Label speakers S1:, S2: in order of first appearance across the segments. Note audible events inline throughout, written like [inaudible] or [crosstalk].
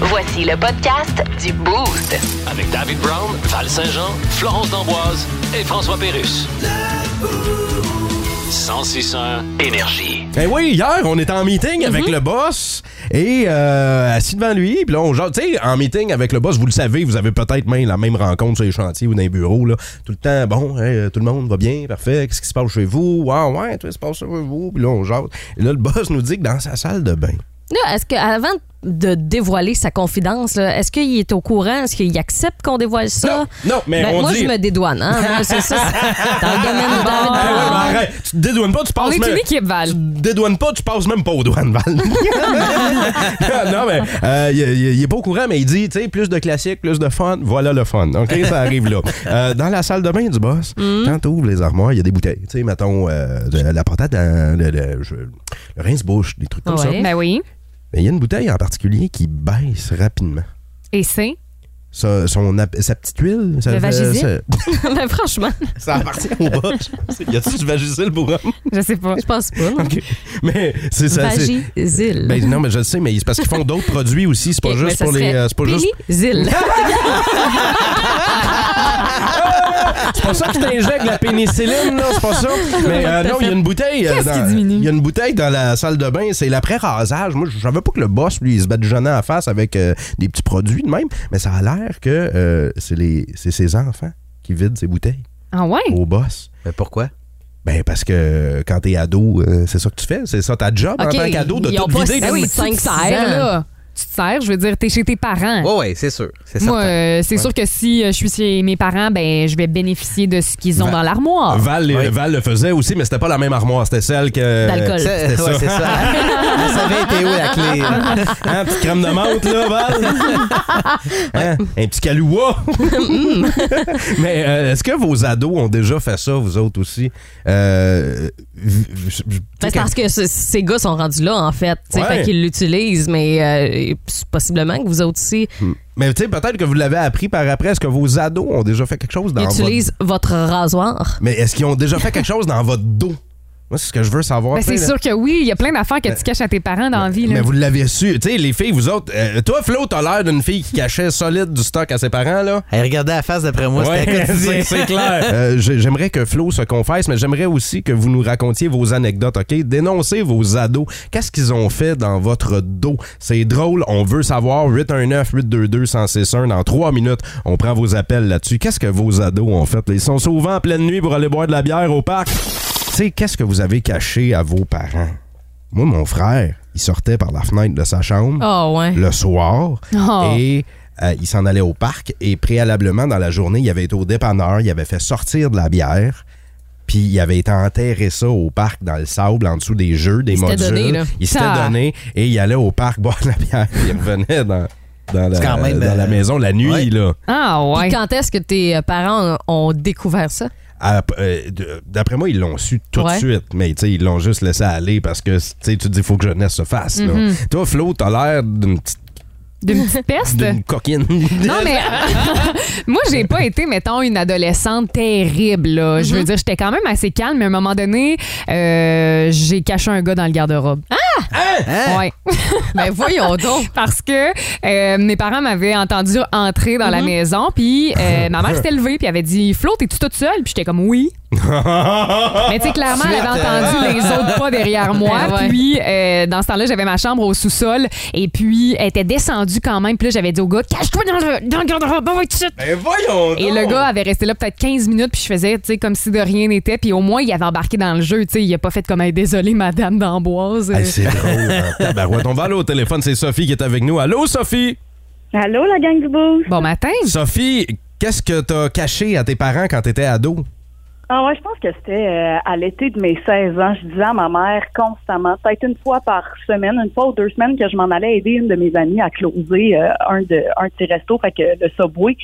S1: Voici le podcast du Boost.
S2: Avec David Brown, Val Saint-Jean, Florence D'Amboise et François Pérus. 1061 Énergie.
S3: Ben oui, hier, on était en meeting avec le boss et euh, assis devant lui. Puis là, on genre, tu sais, en meeting avec le boss, vous le savez, vous avez peut-être même la même rencontre sur les chantiers ou dans les bureaux. Là. Tout le temps, bon, hey, euh, tout le monde va bien, parfait. Qu'est-ce qui se passe chez vous? Ouais, ouais, tout se passe chez vous. Puis là, on jase. Et là, le boss nous dit que dans sa salle de bain,
S4: Là, est-ce que avant de dévoiler sa confidence, là, est-ce qu'il est au courant? Est-ce qu'il accepte qu'on dévoile ça?
S3: Non, non, mais
S4: Ben,
S3: on
S4: moi,
S3: dit-
S4: je me dédouane. Hein? Moi, c'est
S3: [laughs]
S4: ça. c'est Dans le domaine de David
S3: Ah ouais,
S4: Brown.
S3: ben arrête. Tu te dédouanes pas, tu passes
S5: On est
S3: même-
S5: une équipe, Val.
S3: Tu te dédouanes pas, tu passes même pas aux douanes, Val.
S5: [laughs]
S3: [laughs] non, mais euh, il- il il est pas au courant, mais il dit, tu sais, plus de classique, plus de fun, voilà le fun.
S5: [laughs]
S3: OK, ça arrive là. Euh, dans la salle de bain du boss,
S5: Mm.
S3: quand tu ouvres les armoires, il y a des bouteilles. Tu sais, mettons, euh, de la patate, hein, le, le- je- le rince-bouche, des trucs comme ça.
S4: Ah Ouais.
S3: Mais
S5: Ben oui.
S3: il y a une bouteille en particulier qui baisse rapidement.
S5: Et c'est.
S3: Sa, son, ap- sa petite huile, ça
S5: Le
S3: fait-
S5: Vagisil?
S4: [laughs]
S3: ça- [laughs]
S4: Ben, franchement,
S3: ça appartient au boss. Y a-t-il du vagisil pour homme?
S5: Je sais pas.
S4: je pense pas. non.
S3: [laughs] OK. Mais c'est ça. c'est-
S4: Vagisil.
S3: Ben, non, mais je le sais, mais c'est parce
S4: [laughs]
S3: qu'ils font d'autres produits aussi. C'est pas
S4: Ok, mais
S3: juste
S4: ça
S3: pour les.
S4: serait Ben,
S3: euh, C'est pas juste.
S4: Pélisil.
S3: C'est pas ça que t'injectes la pénicilline, non, c'est
S4: [laughs]
S3: pas ça. Mais euh, non, il y a une bouteille. euh,
S5: Qu'est-ce qui
S3: dans-
S5: diminue?
S3: Il y a une bouteille dans la salle de bain. C'est l'après-rasage. Moi, je savais pas que le boss, lui, il se bat du en face avec euh, des petits produits de même. Mais ça a l'air que euh, c'est les- c'est ses enfants qui vident ses bouteilles
S5: Ah ouais?
S3: au boss.
S6: Mais pourquoi?
S3: Ben, parce que quand t'es ado, euh, c'est ça que tu fais. C'est ça ta job
S4: Ok,
S3: en tant qu'ado de
S4: ils ont
S3: tout
S4: pas
S3: vider.
S4: Ben
S5: Ben
S4: oui,
S5: oui, tu
S4: cinq,
S5: te
S4: six
S5: sers,
S4: ans.
S5: là. Tu te sers, je veux dire, t'es chez tes parents.
S6: Ouais, ouais, c'est sûr. C'est
S5: Moi,
S6: certain.
S5: euh, c'est sûr que si euh, je suis chez mes parents, ben je vais bénéficier de ce qu'ils ont
S3: Va-
S5: dans l'armoire.
S3: Val, les-
S6: Oui.
S3: Val le faisait aussi, mais c'était pas la même armoire. C'était celle que.
S4: D'alcool.
S6: C'est-
S3: c'était
S6: ouais,
S3: ça.
S6: c'est
S3: [laughs]
S6: ça. Elle savait t'es où la clé.
S3: Hein, petite crème de menthe, là, Val? Hein, Un petit caloua? [laughs] Mais euh, est-ce que vos ados ont déjà fait ça, vous autres aussi? Euh, v- v- v-
S4: Ben, c'est parce que ce- ces gars sont rendus là, en fait. Tu sais,
S3: Ouais.
S4: Fait qu'ils l'utilisent, mais euh, c'est possiblement que vous autres aussi
S3: Mais tu sais, peut-être que vous l'avez appris par après. Est-ce que vos ados ont déjà fait quelque chose dans votre...
S4: utilisent votre rasoir.
S3: Mais est-ce qu'ils ont déjà fait quelque chose dans votre dos? Moi, c'est ce que je veux savoir.
S5: Ben,
S3: tu
S5: c'est
S3: sais, là.
S5: sûr que oui, il y a plein d'affaires que tu caches à tes parents dans la vie. Là.
S3: Mais vous l'avez su. Tu sais, les filles, vous autres... euh, toi, Flo, t'as l'air d'une fille qui cachait solide du stock à ses parents, là.
S6: Elle regardait la face d'après moi,
S3: Ouais,
S6: c'était
S3: c'est-
S6: quotidien.
S3: c'est clair.
S6: [laughs]
S3: Euh, j'ai- j'aimerais que Flo se confesse, mais j'aimerais aussi que vous nous racontiez vos anecdotes, OK? Dénoncez vos ados. Qu'est-ce qu'ils ont fait dans votre dos? C'est drôle, on veut savoir. 819-822-1061 dans trois minutes. On prend vos appels là-dessus. Qu'est-ce que vos ados ont fait? Ils sont souvent en pleine nuit pour aller boire de la bière au parc. Tu sais, qu'est-ce que vous avez caché à vos parents? Moi, mon frère, il sortait par la fenêtre de sa chambre
S4: Ah ouais.
S3: le soir
S5: Oh.
S3: et euh, il s'en allait au parc et préalablement dans la journée, il avait été au dépanneur, il avait fait sortir de la bière. Puis il avait été enterré ça au parc dans le sable en dessous des jeux, des
S4: Il s'était
S3: modules.
S4: donné, là.
S3: il s'était
S5: Ah.
S3: donné et il allait au parc [laughs] boire de la bière. Il revenait dans, dans, la,
S6: C'est quand même,
S3: dans
S6: euh,
S3: la maison la nuit.
S6: ouais.
S3: là.
S5: Ah ouais.
S4: Puis quand est-ce que tes euh, parents ont découvert ça?
S3: À- euh, de- D'après moi, ils l'ont su tout de
S4: Ouais.
S3: suite, mais tu sais, ils l'ont juste laissé aller parce que tu sais, tu te dis faut que jeunesse se fasse. là.
S4: Mm-hmm.
S3: Toi, Flo, t'as l'air d'une petite
S5: D'une petite peste.
S3: d'une coquine. [laughs]
S5: [laughs] Non, mais moi, j'ai pas été, mettons, une adolescente terrible. là. Je veux
S4: Mhm.
S5: dire, j'étais quand même assez calme, mais à un moment donné, euh, j'ai caché un gars dans le garde-robe. Ah! Ouais.
S4: [laughs] Ben voyons donc.
S5: [laughs] Parce que euh, mes parents m'avaient entendu entrer dans la
S4: Mhm.
S5: maison, puis euh, ma mère s'était levée, puis elle avait dit Flo, t'es-tu toute seule? Puis j'étais comme oui. Mais tu sais, clairement, elle avait
S3: euh, [laughs]
S5: entendu les autres pas derrière moi.
S3: Ben
S4: Ah ouais.
S5: Puis, euh, dans ce temps-là, j'avais ma chambre au sous-sol. Et puis, elle était descendue quand même. Puis là, j'avais dit au gars, cache-toi dans le, dans le garde-robe, on va tout de suite.
S3: Ben voyons
S5: Et
S3: donc!
S5: le gars avait resté là peut-être 15 minutes, puis je faisais, tu sais, comme si de rien n'était. Puis au moins, il avait embarqué dans le jeu, tu sais. Il a pas fait comme, Hey, désolé, madame d'Amboise.
S3: Hey, c'est drôle. hein. [laughs] Tabarouette. On va aller au téléphone. C'est Sophie qui est avec nous. Allô, Sophie?
S7: Allô, la gang du boost.
S5: Bon matin.
S3: Sophie, qu'est-ce que t'as caché à tes parents quand t'étais ado?
S7: Ah ouais, je pense que c'était euh, à l'été de mes 16 ans. Je disais à ma mère constamment, peut-être une fois par semaine, une fois ou deux semaines, que je m'en allais aider une de mes amies à closer euh, un, de, un de ses restos, fait que le Subway.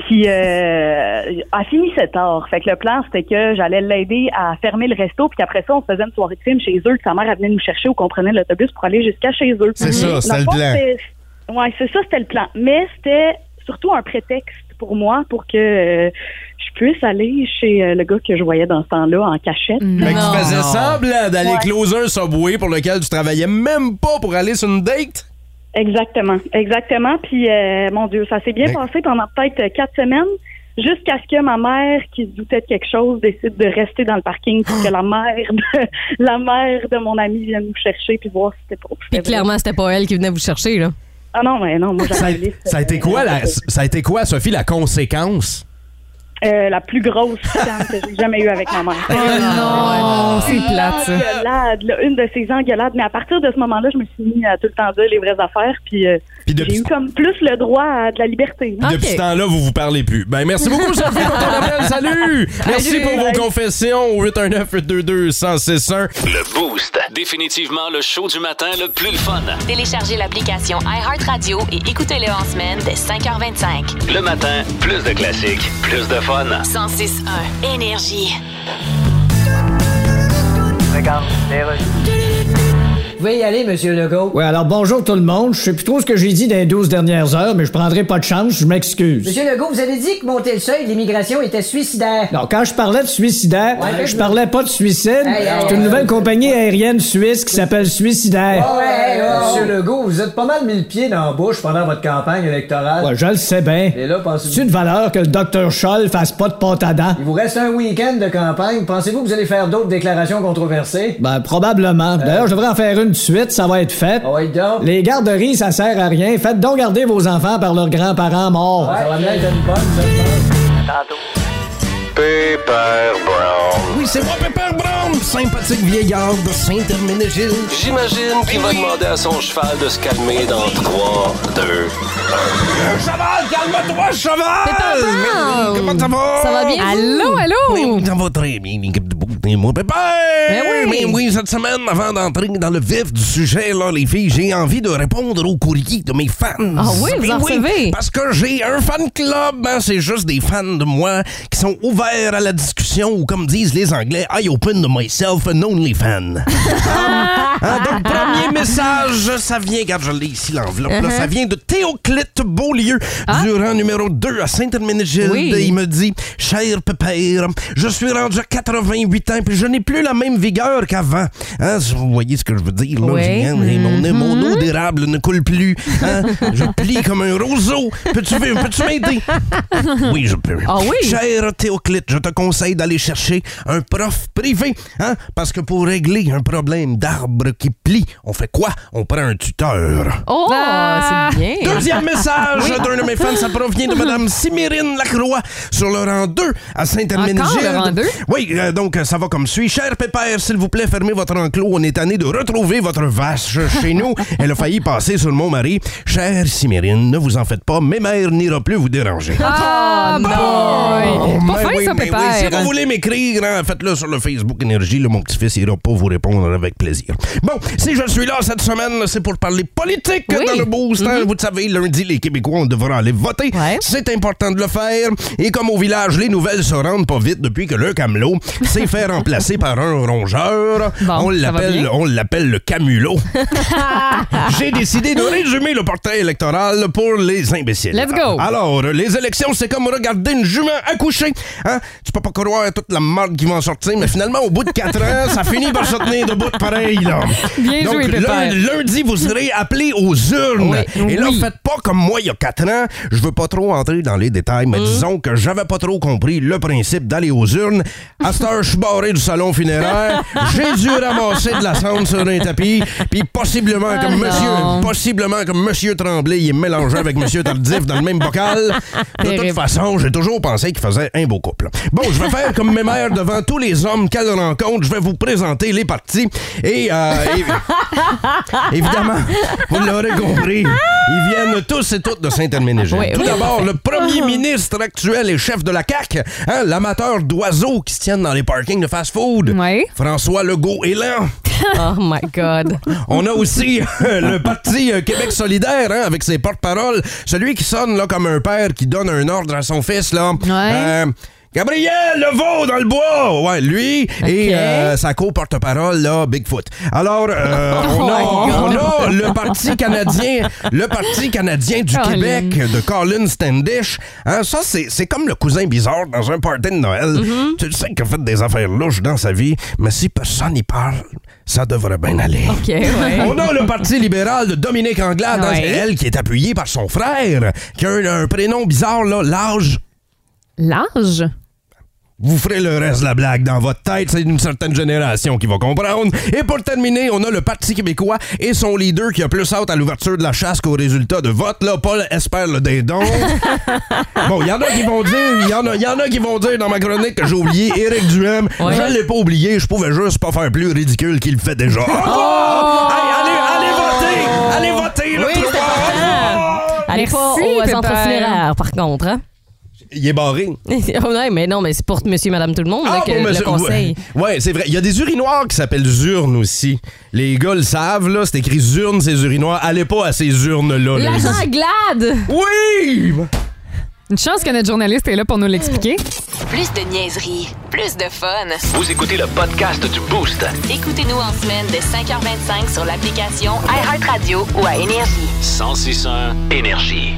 S7: Puis, euh, elle finissait tard. Fait que le plan, c'était que j'allais l'aider à fermer le resto, puis qu'après ça, on se faisait une soirée de film chez eux, que sa mère, elle venait nous chercher ou qu'on prenait l'autobus pour aller jusqu'à chez eux. Mhm.
S3: C'est ça,
S7: Dans
S3: c'était le
S7: fond,
S3: plan.
S7: c'est- Ouais, c'est ça, c'était le plan. Mais c'était surtout un prétexte pour moi pour que euh, je puisse aller chez euh, le gars que je voyais dans ce temps-là en cachette.
S3: Fait que
S4: Non.
S3: tu faisais
S6: Non.
S3: semblant d'aller
S7: Ouais.
S3: closer un subway pour lequel tu travaillais même pas pour aller sur une date?
S7: Exactement, exactement. Puis, euh, mon Dieu, ça s'est bien
S3: Mais-
S7: passé pendant peut-être euh, quatre semaines, jusqu'à ce que ma mère, qui se doutait de quelque chose, décide de rester dans le parking pour que la mère de, [laughs] la mère de mon ami vienne nous chercher puis voir si c'était pas.
S4: Puis clairement, c'était pas elle qui venait vous chercher, là.
S7: Ah non, mais non, moi
S3: Ça a,
S7: j'avais liste,
S3: ça a été
S7: euh,
S3: quoi, la, ça a été quoi, Sophie, la conséquence?
S7: euh, la plus grosse chicane que j'ai jamais eue avec ma mère.
S3: [laughs]
S5: Oh
S4: [laughs]
S5: non, c'est plate, [laughs] ça.
S7: Engueulade, là, une de ces engueulades. Mais à partir de ce moment-là, je me suis mis à tout le temps dire les vraies affaires. Puis euh,
S3: Puis depuis,
S7: j'ai eu comme plus le droit à de la liberté.
S3: puis depuis
S4: Ok.
S3: ce temps-là, vous vous parlez plus. Ben, merci [laughs] beaucoup, Sophie, pour ton appel. Salut! Merci
S7: Salut,
S3: pour vos
S7: bye.
S3: confessions au 819-822-1061.
S2: Le Boost. Définitivement le show du matin le plus le fun.
S1: Téléchargez l'application iHeartRadio et écoutez-le en semaine dès 5h25.
S2: Le matin, plus de classiques, plus de fun.
S1: 106.1 Énergie.
S8: Vous pouvez y aller, Monsieur Legault. Oui, alors bonjour tout le monde. Je sais plus trop ce que j'ai dit dans les 12 dernières heures, mais je prendrai pas de chance, je m'excuse. Monsieur Legault, vous avez dit que monter le seuil de l'immigration était suicidaire. Non, quand je parlais de suicidaire, je parlais pas de suicide. C'est une nouvelle compagnie aérienne suisse qui s'appelle Suicidaire. Monsieur Legault, vous êtes pas mal mis le pied dans la bouche pendant votre campagne électorale. Ouais, je le sais bien. Et là, pensez C'est une valeur que le docteur Scholl fasse pas de pâte à dents. Il vous reste un week-end de campagne. Pensez-vous que vous allez faire d'autres déclarations controversées? Ben, probablement. D'ailleurs, je devrais en faire une de suite. Ça va être fait. Les garderies, ça sert à rien. Faites donc garder vos enfants par leurs grands-parents morts.
S3: Oui, c'est moi, Pepper Brown, sympathique vieillard de Saint-Herménégil.
S2: J'imagine qu'il va demander à son cheval de se calmer dans 3, 2,
S3: Cheval, calme-toi,
S4: Pepper
S3: cheval!
S4: Brown!
S3: Comment ça va?
S4: Ça va bien?
S5: Allô, allô?
S3: Oui, ça va très bien, l'équipe de bout. Et moi, Pépère!
S4: Ben oui!
S3: Ben oui, cette semaine, avant d'entrer dans le vif du sujet, là, les filles, j'ai envie de répondre au courrier de mes fans.
S4: Ah oui, vous
S3: Ben
S4: en
S3: oui,
S4: recevez?
S3: Parce que j'ai un fan club, hein, c'est juste des fans de moi qui sont ouverts à la discussion ou, comme disent les Anglais, I open to myself and
S4: [laughs]
S3: only fan. Hein, donc, premier message, ça vient, regarde, je l'ai ici, l'enveloppe, là,
S4: Uh-huh.
S3: ça vient de Théoclite Beaulieu, durant numéro 2 à Saint-Herménégilde.
S4: Ah. Oui.
S3: Il me dit Cher pépère, je suis rendu à 88 ans, puis je n'ai plus la même vigueur qu'avant. Hein, si vous voyez ce que je veux dire, là,
S4: Oui.
S3: Julien, et mon, mon
S4: Mhm.
S3: eau d'érable ne coule plus. hein. je plie comme un roseau. Peux-tu peux
S4: [laughs]
S3: m'aider? Oui, je peux.
S4: Ah oui?
S3: Cher Théoclite, je te conseille d'aller chercher un prof privé, hein? Parce que pour régler un problème d'arbre qui plie, on fait quoi? On prend un tuteur.
S4: Oh,
S5: Ah.
S4: c'est bien.
S5: [laughs]
S3: Deuxième message d'un de mes fans, ça provient de Mme Simérine Lacroix sur le rang 2 à Saint-Herménégilde.
S5: Encore le rang 2?
S3: Oui, euh, donc euh, ça va comme suit. Cher Pépère, s'il vous plaît, fermez votre enclos. On est tanné de retrouver votre vache chez nous. Elle a failli passer sur mon mari. Cher Simérine, ne vous en faites pas. Mes mères n'ira plus vous déranger.
S5: Ah, boy!
S3: Ben
S5: Pas fin,
S3: oui,
S5: ça,
S3: ben oui. Si vous
S5: Pépère.
S3: voulez m'écrire, hein, faites-le sur le Facebook Énergie. là, mon petit-fils ira pas vous répondre avec plaisir. Bon, si je suis là cette semaine, c'est pour parler politique
S4: Oui.
S3: dans le boost.
S5: Mm-hmm.
S3: hein. Vous le savez, lundi, les Québécois, on devra aller voter.
S4: Ouais.
S3: C'est important de le faire. Et comme au village, les nouvelles se rendent pas vite depuis que le camelot s'est
S5: [laughs]
S3: fait remplacer par un rongeur.
S5: Bon,
S3: on
S5: ça va
S3: l'appelle
S5: bien.
S3: on l'appelle le camulot.
S5: [laughs]
S3: J'ai décidé de résumer le portrait électoral pour les imbéciles.
S5: Let's go.
S3: Alors, les élections, c'est comme regarder une jument accoucher. Hein? Tu peux pas croire toute la merde qui va en sortir, mais finalement, au bout de
S5: [laughs]
S3: quatre ans, ça finit par se tenir debout pareil. Là.
S5: Bien
S3: Donc,
S5: joué, Pépère.
S3: lun- lundi, vous serez appelés aux urnes. Et là, faites pas comme moi il y a quatre ans. Je veux pas trop entrer dans les détails,
S5: Mm.
S3: mais disons que j'avais pas trop compris le principe d'aller aux urnes. À cette heure, je suis barré du salon
S5: [laughs]
S3: funéraire. J'ai dû ramasser de la cendre sur un tapis. Puis possiblement, comme monsieur,
S5: Ah non.
S3: possiblement comme monsieur Tremblay, il est mélangé avec monsieur Tardif dans le même bocal. De toute
S5: Terrible.
S3: façon, j'ai toujours pensé qu'il faisait un beau couple. Bon, je vais faire comme mes mères devant tous les hommes qu'elles rencontrent. Je vais vous présenter les partis. Et, euh, et-
S5: [laughs]
S3: évidemment, vous l'aurez compris, ils viennent tous et toutes de Saint-Herménégilde.
S5: Oui,
S3: Tout
S5: oui,
S3: d'abord, le
S5: [laughs]
S3: premier ministre actuel et chef de la CAQ, hein, l'amateur d'oiseaux qui se tiennent dans les parkings de fast-food,
S5: Ouais.
S3: François Legault est là.
S4: Oh my God.
S3: On a aussi [laughs] euh, le parti euh, Québec solidaire hein, avec ses porte-paroles. Celui qui sonne là, comme un père qui donne un ordre à son fils. Là.
S5: Ouais.
S3: Gabriel Leveau dans le bois! Ouais, lui et
S4: Ok.
S3: euh, sa co-porte-parole, là, Bigfoot. Alors, euh, on, a,
S5: [laughs] Oh my God. Ah,
S3: on a le Parti canadien, le Parti canadien du
S5: Colin.
S3: Québec de Colin Standish. Hein, ça, c'est c'est comme le cousin bizarre dans un party de Noël.
S5: Mm-hmm.
S3: Tu le sais qu'il a fait des affaires louches dans sa vie, mais si personne n'y parle, ça devrait bien aller.
S5: OK, ouais.
S3: On a le Parti libéral de Dominique Anglade, hein,
S5: Ouais.
S3: elle qui est appuyée par son frère, qui a un, un prénom bizarre, là, l'âge.
S5: L'âge?
S3: Vous ferez le reste de la blague dans votre tête, c'est une certaine génération qui va comprendre. Et pour terminer, on a le Parti québécois et son leader qui a plus hâte à l'ouverture de la chasse qu'au résultat de vote, là, Paul Esper le Dédon. bon, il y en a qui vont dire, il y, en a- y en a qui vont dire dans ma chronique que j'ai oublié Éric Duhem. Je l'ai pas oublié, je pouvais juste pas faire plus ridicule qu'il le fait déjà. Au revoir! Hey, allez, allez voter! Allez voter, là, tout le monde!
S4: Allez
S5: Merci,
S4: pas au euh, centre
S5: Pépère.
S4: funéraire, par contre. Hein? [laughs] Oh,
S3: Il est barré.
S4: ouais, mais non, mais c'est pour monsieur, madame, tout le monde
S5: Ah,
S4: là, que
S3: Ah, bon,
S4: le
S3: monsieur,
S4: conseil.
S3: Ouais, ouais, c'est vrai. Il y a des urinoirs qui s'appellent urnes aussi. Les gars le savent, là. C'est écrit urnes, ces urinoirs. Allez pas à ces urnes-là. là.
S4: L'agent Glad!
S3: Oui!
S5: Une chance que notre journaliste est là pour nous l'expliquer.
S1: Plus de niaiserie, plus de fun.
S2: Vous écoutez le podcast du Boost.
S1: Écoutez-nous en semaine de 5h25 sur l'application iHeartRadio ou à Énergie.
S2: 1061 Énergie.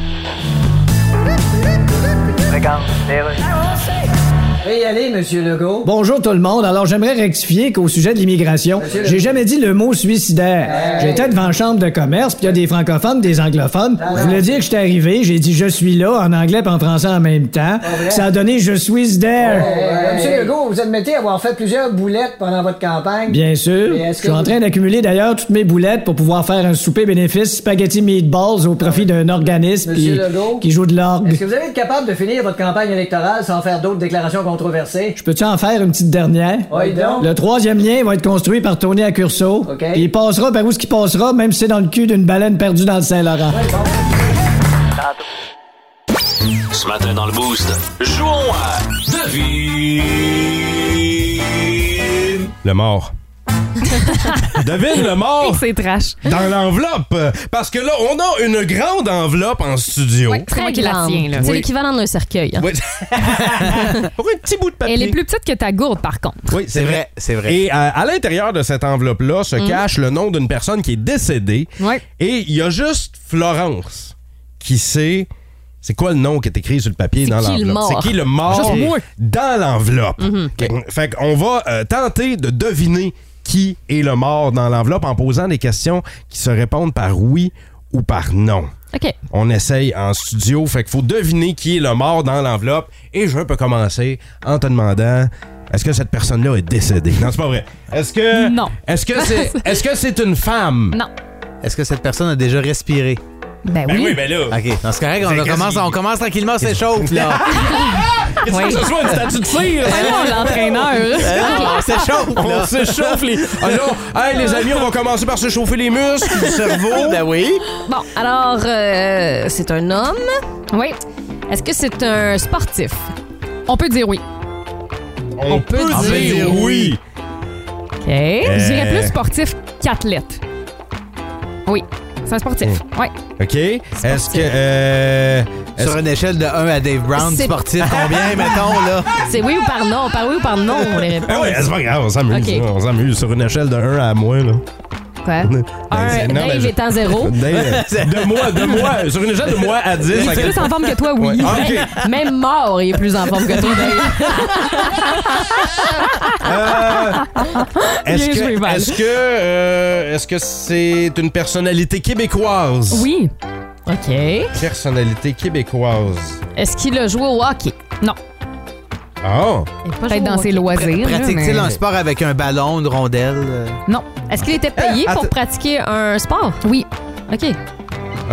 S8: Monsieur Legault. Bonjour tout le monde. Alors, j'aimerais rectifier qu'au sujet de l'immigration, j'ai jamais dit le mot suicidaire. J'étais devant la chambre de commerce, puis il y a des francophones, des anglophones. Je voulais dire que j'étais arrivé, j'ai dit je suis là en anglais et en français en même temps. Ça a donné je suis there. Oh, Monsieur Legault, vous admettez avoir fait plusieurs boulettes pendant votre campagne? Bien sûr. Je suis en train d'accumuler d'ailleurs toutes mes boulettes pour pouvoir faire un souper bénéfice spaghetti meatballs au profit d'un organisme qui, qui joue de l'orgue. Est-ce que vous allez être capable de finir votre campagne électorale sans faire d'autres déclarations controversées? Je peux-tu en faire une petite dernière? Le troisième lien va être construit par Tony à Curso. Il passera par où ce qui passera, même si c'est dans le cul d'une baleine perdue dans le Saint-Laurent.
S2: Ce matin dans le Boost, jouons à Devine.
S4: [laughs]
S3: Le mort. Devine le mort!
S5: C'est trash.
S3: Dans l'enveloppe! Parce que là, on a une grande enveloppe en studio.
S5: C'est moi
S4: Très
S5: qui la
S4: grande.
S5: tiens, là.
S4: C'est
S3: Oui.
S4: l'équivalent d'un cercueil. hein.
S3: Oui. [laughs] Pour un petit bout de papier.
S5: Elle est plus petite que ta gourde, par contre.
S3: Oui,
S6: C'est vrai, c'est vrai.
S3: Et euh, à l'intérieur de cette enveloppe-là se cache le nom d'une personne qui est décédée.
S5: Ouais.
S3: Et il y a juste Florence qui sait c'est quoi le nom qui est écrit sur le papier
S4: C'est
S3: dans
S4: qui le
S3: l'enveloppe.
S4: mort?
S3: C'est qui le mort
S5: Juste moi.
S3: dans l'enveloppe. Ok. Fait qu'on va euh, tenter de deviner qui est le mort dans l'enveloppe en posant des questions qui se répondent par oui ou par non.
S4: OK.
S3: On essaye en studio, fait qu'il faut deviner qui est le mort dans l'enveloppe. Et je peux commencer en te demandant est-ce que cette personne-là est décédée Non, c'est pas vrai. Est-ce que
S5: Non.
S3: Est-ce que c'est est-ce que c'est une femme
S5: Non.
S6: Est-ce que cette personne a déjà respiré?
S5: Ben
S3: Ben
S5: oui.
S3: oui, ben là.
S6: OK, dans ce correct,
S3: C'est
S6: on
S3: quasi-
S6: commence, on commence tranquillement, c'est chaud, là.
S3: Qu'est-ce que ce soit une statue de cire
S5: Ben non,
S3: [laughs]
S5: l'entraîneur.
S3: Hein?
S6: Ah, c'est chaud,
S3: On
S6: là.
S3: s'échauffe les. Ah non, hey, les amis, on va commencer par se chauffer les muscles, le cerveau.
S6: Ben oui.
S4: Bon, alors, euh, c'est un homme.
S5: Oui.
S4: Est-ce que c'est un sportif?
S5: On peut dire oui.
S3: On, peut
S6: dire
S3: oui.
S4: OK.
S5: Je dirais
S3: Euh.
S5: plus sportif qu'athlète. Oui. C'est un sportif.
S3: Hmm.
S5: Oui.
S3: Ok. Est-ce que euh, est-ce-
S6: Sur une échelle de 1 à Dave Brown,
S4: C'est-
S6: sportif, combien, mettons, là?
S4: C'est oui ou par non? Par oui ou par non, on les répond.
S3: Ah ouais, c'est pas grave, on s'amuse.
S4: Ok.
S3: On s'amuse sur une échelle de 1 à moins. Là.
S5: Quoi?
S4: Un,
S3: non, [laughs] ben,
S4: Dave
S3: je-
S4: est en zéro.
S3: [laughs]
S4: [laughs]
S3: Dave, Ben, de moi, de moi, sur une échelle de moi à 10.
S5: Il
S3: à
S5: est
S3: quel-
S5: plus en forme que toi,
S3: Ouais.
S5: oui.
S3: Ah, ok.
S4: [laughs] Même mort, il est plus en forme que toi, Dave.
S3: Est-ce
S5: Bien joué,
S3: que
S5: Val.
S3: est-ce que euh, est-ce que c'est une personnalité québécoise
S5: Oui.
S4: OK.
S3: Personnalité québécoise.
S4: Est-ce qu'il a joué au hockey?
S5: Non.
S4: Il
S3: Oh,
S4: a pas joué au
S5: Peut-être dans ses
S4: hockey.
S5: loisirs. là,
S6: Pratique-t-il
S5: mais-
S6: un sport avec un ballon, une rondelle? euh?
S5: Non.
S4: Est-ce qu'il était payé
S3: Ah,
S4: pour
S3: attends.
S4: pratiquer un sport?
S5: Oui.
S4: OK.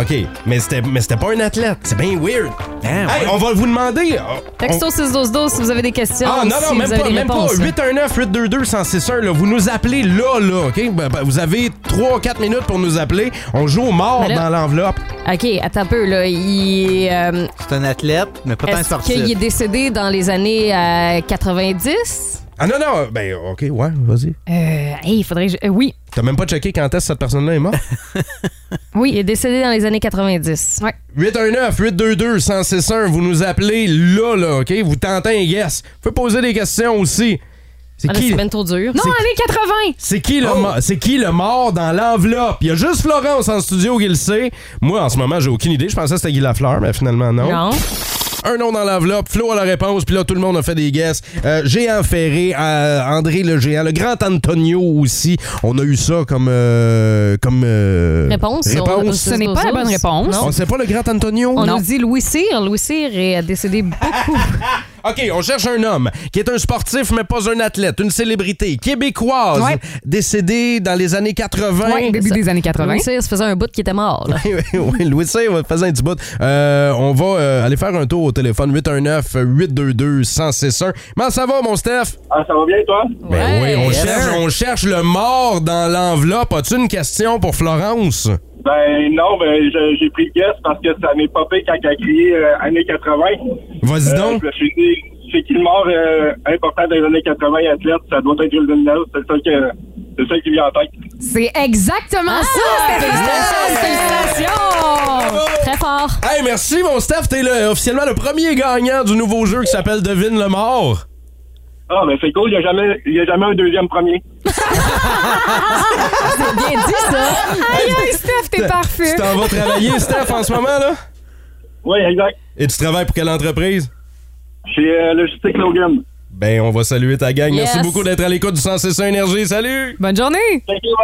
S3: OK, mais c'était mais c'était pas un athlète, c'est bien weird.
S6: Hein,
S4: Ah
S6: ouais.
S3: Hey, on va vous demander. oh, on-
S4: Texto 612 si vous avez des questions.
S3: Ah non,
S4: si
S3: non,
S4: vous
S3: même
S4: avez hein.
S3: pas,
S4: des
S3: même pas.
S4: réponses.
S3: 819 822 161 là, vous nous appelez là là, OK Ben, ben, vous avez 3 4 minutes pour nous appeler. On joue au mort
S4: Ben là-
S3: dans l'enveloppe.
S4: OK, attends un peu. Là. Il, euh,
S6: C'est un athlète, mais pas tant
S4: est-ce
S6: sportif.
S4: qu'il est décédé dans les années euh, 90?
S3: Ah non, non, ben ok, ouais, vas-y.
S5: Euh, hey, il faudrait. que je- euh, oui,
S3: T'as même pas checké quand est-ce que cette personne-là est morte? [laughs]
S4: Oui, il est décédé dans les années 90.
S5: ouais.
S3: 819-822-1061, vous nous appelez là, là, OK? Vous tentez un guess. Vous pouvez poser des questions aussi. C'est
S4: Ah, là,
S3: qui,
S4: C'est Oh! bien trop dur.
S5: Non,
S3: C'est-
S5: années 80!
S3: c'est qui, le mo- c'est qui le mort dans l'enveloppe? Il y a juste Florence en studio qui le sait. Moi, en ce moment, j'ai aucune idée. Je pensais que c'était Guy Lafleur, mais finalement, non.
S4: Non.
S3: Un nom dans l'enveloppe, Flo a la réponse, puis là, tout le monde a fait des guesses. Euh, Géant Ferré, euh, André le Géant, le grand Antonio aussi. On a eu ça comme... euh, comme euh,
S4: Réponse. on-
S3: réponse.
S5: Ce n'est pas la bonne réponse.
S3: On
S4: Non.
S3: sait pas le grand Antonio?
S4: On nous dit Louis Cyr. Louis Cyr
S5: euh,
S4: est
S5: [laughs]
S4: décédé beaucoup.
S3: OK, on cherche un homme qui est un sportif, mais pas un athlète, une célébrité québécoise,
S5: Ouais.
S3: décédée dans les années 80.
S5: Ouais, début des années 80.
S4: Louis Cyr, ça faisait un bout qui était mort. là.
S3: [laughs] Oui, oui, oui, Louis Cyr va faire un petit bout. Euh, on va euh, aller faire un tour au téléphone 819-822-1061. Comment ça va, mon Steph?
S9: Ah, ça va bien, toi?
S3: Ben oui, on,
S4: yes.
S3: cherche, on cherche le mort dans l'enveloppe. As-tu une question pour Florence?
S9: Ben non, ben je- j'ai pris le guess parce que ça m'est popé quand elle a crié euh, années 80.
S3: Vas-y
S9: Euh,
S3: donc.
S9: je me suis dit, c'est qui le mort euh, important dans les années 80 athlète? Ça doit être Jules Villeneuve. C'est le seul que- c'est le seul qui me vient en tête.
S5: C'est exactement ça! Ah! Félicitations!
S4: Très fort.
S3: Hey, merci, mon Steph. T'es le- officiellement le premier gagnant du nouveau jeu qui s'appelle Devine le mort.
S9: Ah, ben c'est cool, il n'y a, jamais- il y a jamais un deuxième premier.
S4: Bien dit, ça.
S5: [laughs] Aïe, aïe, Steph, t'es parfait!
S3: Tu t'en
S4: [laughs]
S3: vas travailler, Steph, en ce moment, là?
S9: Oui, exact.
S3: Et tu travailles pour quelle entreprise?
S9: Chez euh, Logistique Logan.
S3: Ben, on va saluer ta gang.
S4: Yes.
S3: Merci beaucoup d'être à l'écoute du 161 Énergie. Salut!
S5: Bonne journée!
S9: Thank you,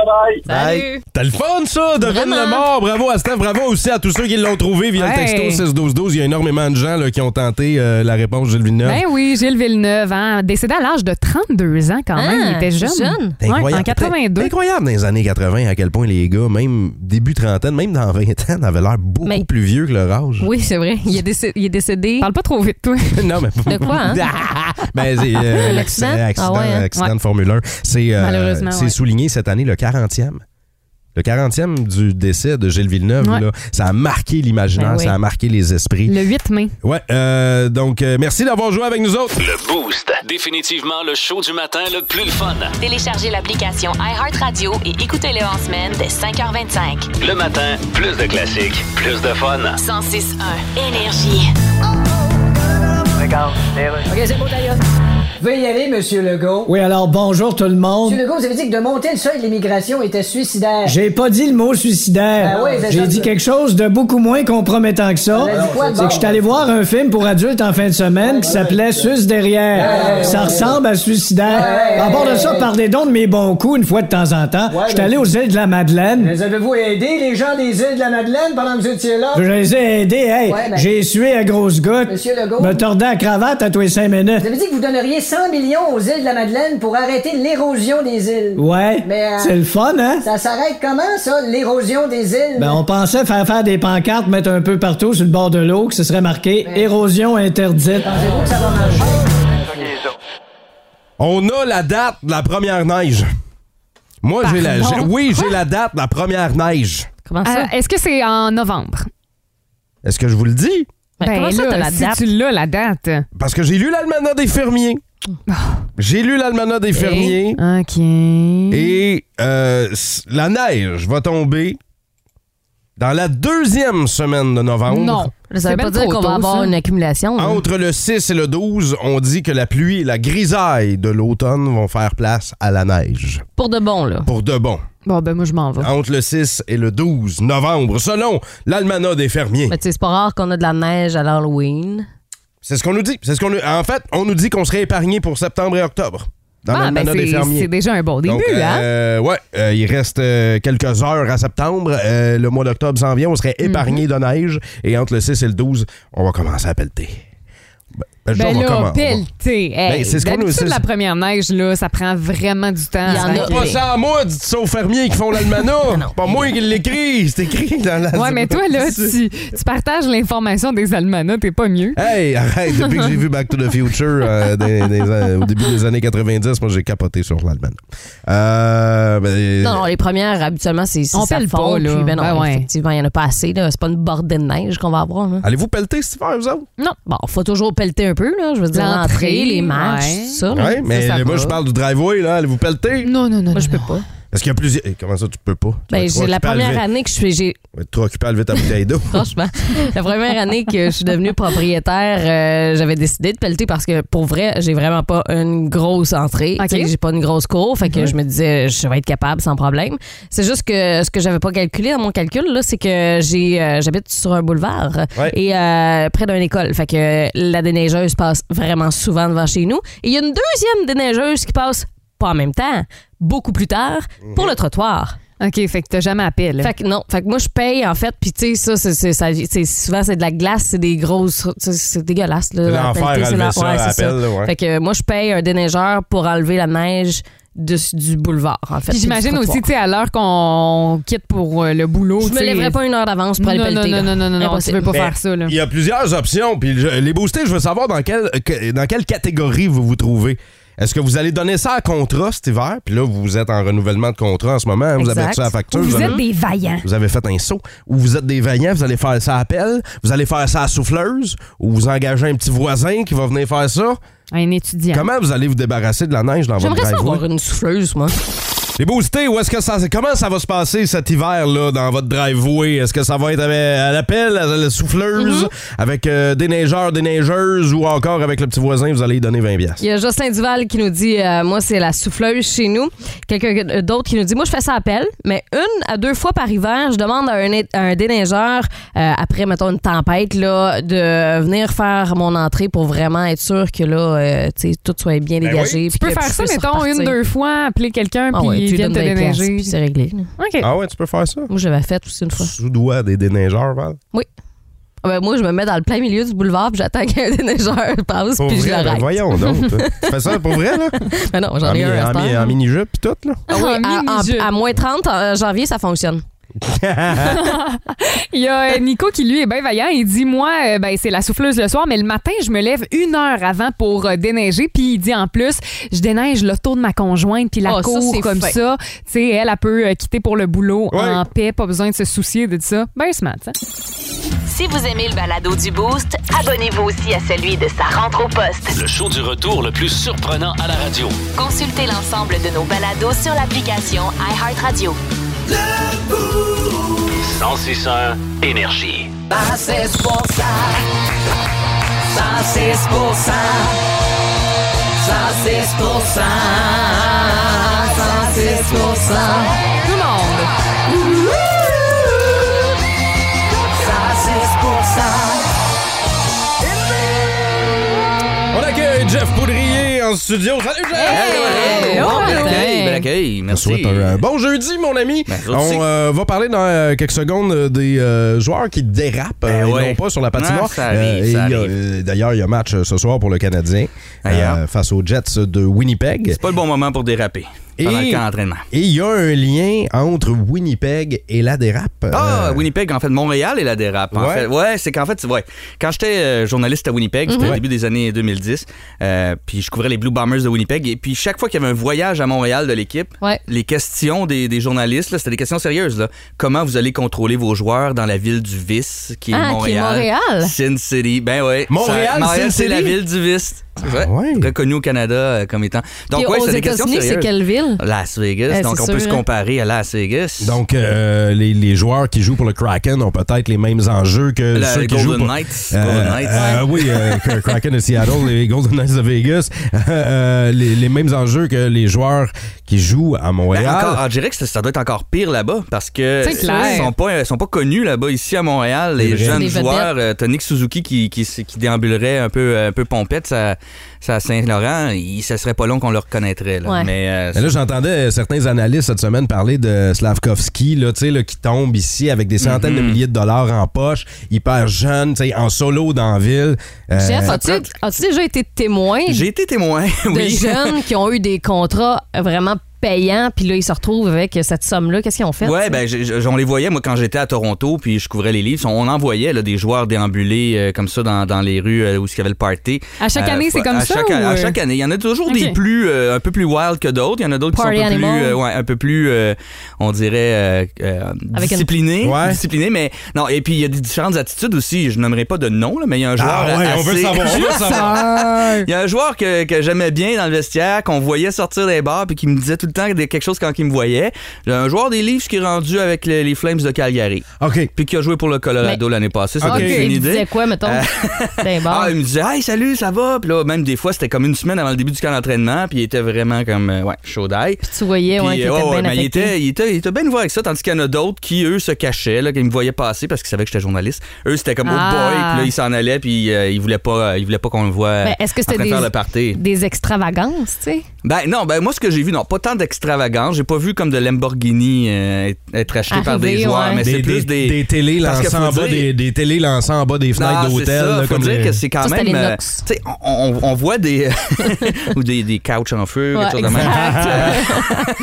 S9: bye bye.
S6: Bye.
S3: T'as le fun, ça! Devine
S4: Vraiment.
S3: le mort! Bravo à Steph, bravo aussi à tous ceux qui l'ont trouvé via
S5: Ouais.
S3: le texto 6-12-12. Il y a énormément de gens là, qui ont tenté euh, la réponse Gilles Villeneuve.
S5: Ben oui, Gilles Villeneuve, hein, décédé à l'âge de 32 ans quand même.
S4: Ah,
S5: il était jeune.
S4: jeune.
S3: C'est
S5: Ouais,
S3: incroyable.
S5: en 82.
S3: C'est incroyable dans les années 80 à quel point les gars, même début trentaine, même dans 20 ans, avaient l'air beaucoup
S4: Mais-
S3: plus vieux que leur âge.
S4: [laughs] Oui, c'est vrai. Il est décédé. Il est décédé.
S5: Parle pas trop vite, toi.
S3: [laughs] non, mais...
S4: De quoi, hein?
S5: Ah,
S3: ben, c'est euh, un accident,
S4: L'accident?
S3: accident,
S4: Ah ouais, hein?
S3: accident
S5: Ouais.
S3: de Formule 1. C'est euh,
S5: Malheureusement,
S3: c'est
S5: ouais.
S3: souligné cette année le 40e. Le 40e du décès de Gilles Villeneuve,
S5: Ouais.
S3: là, ça a marqué l'imaginaire,
S5: Ben oui. Mm.
S3: ça a marqué les esprits.
S5: Le 8 mai.
S3: Ouais, euh, donc euh, merci d'avoir joué avec nous autres.
S2: Le Boost. Définitivement le show du matin le plus le fun.
S1: Téléchargez l'application iHeartRadio et écoutez-le en semaine dès 5h25.
S2: Le matin, plus de classiques, plus de fun.
S1: 106.1 Énergie.
S8: Veuillez y aller, Monsieur Legault. Oui, alors bonjour tout le monde. Monsieur Legault, vous avez dit que de monter le seuil de l'immigration était suicidaire. Ben J'ai pas dit le mot suicidaire. J'ai dit quelque chose de beaucoup moins compromettant que ça. C'est que je suis allé voir un film pour adultes en fin de semaine qui s'appelait Sus derrière. ça ressemble à suicidaire. à part de ça, par des dons de mes bons coups une fois de temps en temps. je suis allé aux îles de la Madeleine. Les avez-vous aidé les gens des îles de la Madeleine pendant que vous étiez là? Je les ai aidés, hey. J'ai sué à grosses gouttes. Monsieur Legault. Me tordais la cravate à tous les cinq minutes. Vous avez dit que vous donneriez 100 millions aux îles de la Madeleine pour arrêter l'érosion des îles. Ouais. C'est le fun, hein? Ça s'arrête comment, ça, l'érosion des îles? Ben, on pensait faire faire des pancartes, mettre un peu partout sur le bord de l'eau, que ce serait marqué érosion interdite.
S3: On a la date de la première neige. Moi, j'ai la. j'ai- Oui, j'ai la date de la première neige.
S4: Comment
S5: Euh,
S4: ça?
S5: Est-ce que c'est en novembre?
S3: Est-ce que je vous le dis?
S4: Ben, comment ça,
S5: là,
S4: t'as la
S5: si
S4: date?
S5: tu l'as, la date.
S3: Parce que j'ai lu l'almanach des fermiers.
S5: Ah.
S3: J'ai lu l'almanach
S5: Eh?
S3: des fermiers.
S5: OK. Mhm.
S3: Et euh, s- la neige va tomber dans la deuxième semaine de novembre.
S5: Non.
S4: Ça veut
S5: C'est
S4: pas
S5: ben
S4: dire
S5: trop
S4: qu'on
S5: tôt,
S4: va avoir
S5: ça.
S4: une accumulation. là.
S3: Entre le 6 et le 12, on dit que la pluie et la grisaille de l'automne vont faire place à la neige.
S4: Pour de bon, là.
S3: Pour de bon.
S5: Bon, ben moi, je m'en vais.
S3: Entre le 6 et le 12 novembre, selon l'almanach des fermiers.
S4: Mais tu sais, c'est pas rare qu'on a de la neige à l'Halloween.
S3: C'est ce qu'on nous dit. C'est ce qu'on nous- En fait, on nous dit qu'on serait épargné pour septembre et octobre. Dans
S5: Ah, ben
S3: l'almanach des
S5: c'est c'est
S3: fermiers.
S5: déjà un bon début,
S3: Donc,
S5: hein?
S3: euh, ouais, euh, il reste euh, quelques heures à septembre. Euh, le mois d'octobre s'en vient. On serait
S5: Mhm.
S3: épargné de neige. Et entre le 6 et le 12, on va commencer à pelleter. Ben,
S5: Ben
S3: on va
S5: là,
S3: commen-
S5: pelleté. Hey,
S3: Ben, c'est ce qu'on nous-
S5: d'habitude,
S3: c'est-
S5: la première neige, là, ça prend vraiment du temps.
S4: Il y en
S5: à
S4: a
S3: on va- Pas
S5: s'inquiéter.
S3: ça à moi, dites ça aux fermiers qui font
S5: [laughs]
S3: l'almanach. pas moi qui l'écris. C'est écrit dans la. [laughs]
S5: Ouais, mais toi, là, tu, tu partages l'information des almanachs, t'es pas mieux.
S3: Hey, arrête, depuis que j'ai vu Back to the Future euh, des- des an- au début des années 90, moi j'ai capoté sur l'almanach. Euh, ben,
S4: Non, non, les premières, habituellement, c'est si
S5: On
S4: ça
S5: pèle
S4: fond,
S5: pas, là.
S4: puis ben non,
S5: Ben ouais.
S4: effectivement, il n'y en a pas assez. là. C'est pas une bordée de neige qu'on va avoir. là.
S3: Allez-vous pelleter cet hiver, vous autres?
S4: Non. Bon, faut toujours pelleter un un peu, là. Je veux dire, l'entrée, les matchs,
S5: ouais.
S4: tout ça. là.
S3: Ouais, mais
S4: Ça, ça
S3: le- moi,
S4: va.
S3: je parle du driveway, là. Allez-vous pelleter?
S5: Non, non, non.
S4: Moi, je peux pas.
S3: Parce qu'il y a plusieurs. Eh, Comment ça, tu peux pas? Tu vas
S4: Ben,
S3: être trop
S4: j'ai la
S3: occupé à
S4: première
S3: lever-
S4: année que je suis. j'ai-
S3: tu vas être trop occupé à lever ta bouteille
S4: [laughs]
S3: d'eau.
S4: Franchement, la première année que je suis devenue propriétaire, euh, j'avais décidé de pelleter parce que pour vrai, j'ai vraiment pas une grosse entrée.
S5: Ok.
S4: Tu sais, J'ai pas une grosse cour. Fait que je me disais, je vais être capable sans problème. C'est juste que ce que j'avais pas calculé dans mon calcul, là, c'est que j'ai euh, j'habite sur un boulevard
S3: Ouais.
S4: et euh, près d'une école. Fait que euh, la déneigeuse passe vraiment souvent devant chez nous. Et il y a une deuxième déneigeuse qui passe pas en même temps, beaucoup plus tard, pour le trottoir.
S5: OK, fait que t'as jamais appelé. là.
S4: Fait que non. Fait que moi, je paye, en fait. Puis, tu sais, ça, c'est, c'est- ça- c'est- souvent, c'est de la glace, c'est des grosses. C'est, c'est dégueulasse, là.
S3: C'est
S4: la
S3: l'enfer
S4: pelletée,
S3: à
S4: c'est
S3: lever
S4: la-
S3: ça à la pelle, là, ouais.
S4: Fait que euh, moi, je paye un déneigeur pour enlever la neige de- du boulevard, en fait.
S5: Puis j'imagine
S4: du
S5: aussi,
S4: trottoir.
S5: tu sais, à l'heure qu'on quitte pour euh, le boulot.
S4: Je me
S5: tu sais,
S4: lèverai pas une heure d'avance pour aller
S5: non,
S4: pelleter.
S5: non,
S4: là.
S5: non, non, non, non, tu
S4: Impossible.
S5: veux pas
S3: Mais
S5: faire ça, là.
S3: Il y a plusieurs options. Puis je- les boostés, je veux savoir dans quelle, que- dans quelle catégorie vous vous trouvez. Est-ce que vous allez donner ça à contrat cet hiver? Puis là, vous êtes en renouvellement de contrat en ce moment. hein, Vous
S4: Exact.
S3: avez ça à la facture.
S10: Vous
S3: avez-
S10: êtes des vaillants.
S3: vous avez fait un saut, ou vous êtes des vaillants, vous allez faire ça à pelle, vous allez faire ça à souffleuse, ou vous engagez un petit voisin qui va venir faire ça.
S5: Un étudiant.
S3: Comment vous allez vous débarrasser de la neige dans votre
S4: J'aimerais ça
S3: driveway?
S4: avoir une souffleuse, moi.
S3: Les boostés, où est-ce que ça, comment ça va se passer cet hiver là dans votre driveway Est-ce que ça va être avec- à la pelle, à la
S4: Mm-hmm.
S3: souffleuse, avec euh, des neigeurs, des neigeuses, ou encore avec le petit voisin, vous allez lui donner 20 piastres?
S4: Il y a Jocelyn euh, Duval qui nous dit euh, Moi, c'est la souffleuse chez nous. Quelqu'un euh, d'autre qui nous dit Moi, je fais ça à pelle, mais une à deux fois par hiver, je demande à un, é- à un déneigeur, euh, après, mettons, une tempête, là, de venir faire mon entrée pour vraiment être sûr que là, euh, tu sais, tout soit bien
S3: Ben
S4: dégagé.
S5: Tu peux faire ça, mettons, une, deux fois, appeler quelqu'un,
S4: Ah
S5: puis
S4: ouais,
S5: il
S4: tu lui
S5: vient
S4: donnes
S5: te
S4: 20 piastres,
S5: déneiger.
S4: puis c'est réglé. là.
S5: OK.
S3: Ah ouais, tu peux faire ça.
S4: Moi, j'avais fait aussi une fois.
S3: Sous doigt des déneigeurs, Val.
S4: Ah ben, moi, je me mets dans le plein milieu du boulevard, puis j'attends qu'un déneigeur [laughs] passe,
S3: Pour
S4: puis je
S3: vrai, ben
S4: l'arrête. [laughs]
S3: voyons donc. toi. tu fais ça pour vrai, là?
S4: Mais non, j'en
S3: en,
S4: ai
S3: mi-
S4: un à
S3: en
S4: cette
S3: mi-
S4: heure.
S3: en mini-jupe pis tout, là?
S4: Ah oui,
S5: En
S4: à- en-
S5: mini-jupe.
S4: à moins 30 en janvier, ça fonctionne.
S5: Il y a euh, Nico qui, lui, est bien vaillant. Il dit Moi, euh, ben, c'est la souffleuse le soir, mais le matin, je me lève une heure avant pour euh, déneiger. Puis il dit en plus Je déneige l'auto de ma conjointe, puis la
S4: Oh, ça,
S5: cour
S4: c'est
S5: comme
S4: fin.
S5: ça. Tu sais, elle, elle peut euh, quitter pour le boulot
S3: Ouais.
S5: en paix, pas besoin de se soucier de ça. Ben, smart, hein?
S1: Si vous aimez le balado du Boost, abonnez-vous aussi à celui de sa rentre au poste.
S2: Le show du retour le plus surprenant à la radio.
S1: Consultez l'ensemble de nos balados sur l'application iHeartRadio.
S2: 1061 Énergie.
S5: Tout le monde.
S3: On accueille Jeff Poudrier en studio. Salut, Jeff!
S6: bon
S5: ouais.
S6: bel accueil,
S5: Hey.
S6: bel accueil.
S3: Je te
S6: Merci.
S3: souhaite un euh, bon jeudi, mon ami.
S6: Ben, toi aussi.
S3: On euh, va parler dans euh, quelques secondes euh, des euh, joueurs qui dérapent
S6: Ben
S3: euh, et
S6: ouais.
S3: non pas sur la patinoire.
S6: Ah, ça arrive,
S3: et
S6: ça
S3: il y a,
S6: arrive.
S3: euh, D'ailleurs, il y a match euh, ce soir pour le Canadien
S6: D'ailleurs.
S3: euh, face aux Jets de Winnipeg.
S6: C'est pas le bon moment pour déraper pendant
S3: Et-
S6: le camp d'entraînement.
S3: Et il y a un lien entre Winnipeg et la dérape.
S6: Ah,
S3: Euh,
S6: Winnipeg, en fait, Montréal est la dérape. En
S3: Ouais.
S6: fait. ouais c'est qu'en fait, c'est- ouais. Quand j'étais euh, journaliste à Winnipeg,
S3: Mhm.
S6: c'était au début des années 2010, euh, puis je couvrais les Blue Bombers de Winnipeg, et puis chaque fois qu'il y avait un voyage à Montréal de l'équipe,
S4: Ouais.
S6: les questions des, des journalistes, là, c'était des questions sérieuses. Là. Comment vous allez contrôler vos joueurs dans la ville du vice, qui est
S4: Ah, qui est
S6: Montréal?
S4: Montréal.
S6: Sin City. Ben ouais.
S3: Montréal,
S6: Ça- Montréal,
S3: Sin
S6: c'est
S3: City? Ah,
S6: la ville du vice. Ouais.
S3: ouais.
S6: Reconnu au Canada euh, comme étant. Donc,
S4: Puis
S6: ouais,
S4: aux
S6: c'était des questions
S4: États-Unis, c'est
S6: sérieuses.
S4: quelle ville?
S6: Las Vegas,
S4: Eh,
S6: donc
S4: c'est
S6: on peut
S4: sûr,
S6: se
S4: hein.
S6: comparer à Las Vegas.
S3: Donc, euh, les, les joueurs qui jouent pour le Kraken ont peut-être les mêmes enjeux que
S6: La-
S3: ceux
S6: les
S3: qui jouent
S6: Golden
S3: pour...
S6: Knights.
S3: Euh,
S6: Golden Knights.
S3: euh, oui, euh, K- Kraken de Seattle, les Golden Knights de Vegas, [laughs] euh, euh, les, les mêmes enjeux que les joueurs qui jouent à
S6: Ben,
S3: Montréal.
S6: encore, ah, je dirais que ça, ça doit être encore pire là-bas parce que
S5: C'est clair.
S6: ils sont pas ils sont pas connus là-bas ici à Montréal les
S3: C'est vrai.
S6: jeunes
S4: Des
S6: joueurs euh, t'as Nick Suzuki qui, qui, s- qui déambulerait un peu un peu pompette ça, ça à Saint-Laurent il ça serait pas long qu'on le reconnaîtrait là.
S4: Ouais.
S6: mais euh,
S3: Mais là, j'entendais euh, certains analystes cette semaine parler de Slavkovski, là, tu sais, là, qui tombe ici avec des centaines
S6: Mhm.
S3: de milliers de dollars en poche, hyper jeune, tu sais, en solo dans la ville. Euh,
S4: Jeff, as-tu as-tu déjà été témoin
S6: j'ai été témoin
S4: de
S6: oui
S4: jeunes qui ont eu des contrats vraiment payant, puis là, ils se retrouvent avec cette somme-là. Qu'est-ce qu'ils ont fait?
S6: [laughs] Ouais, ben, j'ai- j'ai- on les voyait, moi, quand j'étais à Toronto, puis je couvrais les livres. On envoyait là, des joueurs déambuler euh, comme ça dans, dans les rues euh, où il y avait le party.
S5: À chaque
S6: Euh,
S5: année, c'est
S6: ouais,
S5: comme
S6: à
S5: ça,
S6: Chaque,
S5: ou, euh?
S6: À chaque année. Il y en a toujours des
S5: Ok.
S6: plus, euh, un peu plus wild que d'autres. Il y en a d'autres qui sont un
S4: Party
S6: peu plus,
S4: animal.
S6: euh, ouais, un peu plus euh, on dirait, euh, euh,
S4: Avec une-
S6: disciplinés.
S3: Ouais.
S6: disciplinés, mais non. Et puis, il y a des différentes attitudes aussi. Je nommerai pas de nom, là, mais il y a un joueur.
S3: Ah ouais, on veut
S6: assez-
S3: savoir. On veut savoir.
S5: Ah.
S6: Il y a un joueur que, que j'aimais bien dans le vestiaire, qu'on voyait sortir des bars, puis qui me disait tout le temps des- quelque chose quand il me voyait. J'ai Un joueur des Leafs qui est rendu avec le- les Flames de Calgary,
S3: OK.
S6: puis qui a joué pour le Colorado l'année passée. Ça
S3: Ok.
S6: donne
S4: Ils
S6: une
S4: disaient
S6: idée.
S4: quoi, mettons?
S6: Euh,
S4: [laughs] D'un bord.
S6: Ah, il me disait Hey, salut, ça va? Puis là, même des fois, c'était comme une semaine avant le début du camp d'entraînement, puis il était vraiment comme, euh, ouais, chaud d'ail.
S4: tu voyais, ouais,
S6: Puis,
S4: qu'ils
S6: euh, ouais,
S4: étaient
S6: ouais,
S4: bien
S6: mais il
S4: affectés.
S6: était, il était, il était bien ouvert avec ça, tandis qu'il y en a d'autres qui, eux, se cachaient, là, qui me voyaient passer parce qu'ils savaient que j'étais journaliste. Eux, c'était comme,
S5: Ah.
S6: oh boy, puis là, ils s'en allaient, puis euh, ils voulaient pas, ils voulaient pas qu'on le voit.
S4: Ben, est-ce que
S6: en
S4: c'était
S6: train de
S4: des-
S6: faire le party.
S4: Des extravagances, tu sais.
S6: Ben non, ben moi ce que j'ai vu, non, pas tant d'extravagance. J'ai pas vu comme de Lamborghini euh, être acheté par des
S4: Arriver,
S6: joueurs,
S4: ouais.
S6: mais c'est
S3: Des, des,
S6: plus des.
S3: des télés
S6: Parce que
S3: lancées en
S6: faut
S3: bas
S6: dire-
S3: des, des télés lancées en bas des fenêtres
S6: Non, c'est
S3: d'hôtel.
S6: ça.
S3: là,
S6: Faut
S3: comme
S6: dire
S3: les-
S6: que c'est quand
S4: Ça, c'était
S6: même.
S4: les
S6: euh,
S4: Nox.
S6: tu sais, on, on- on voit des. [laughs] ou des, des couches en feu,
S4: Ouais,
S6: quelque chose de même.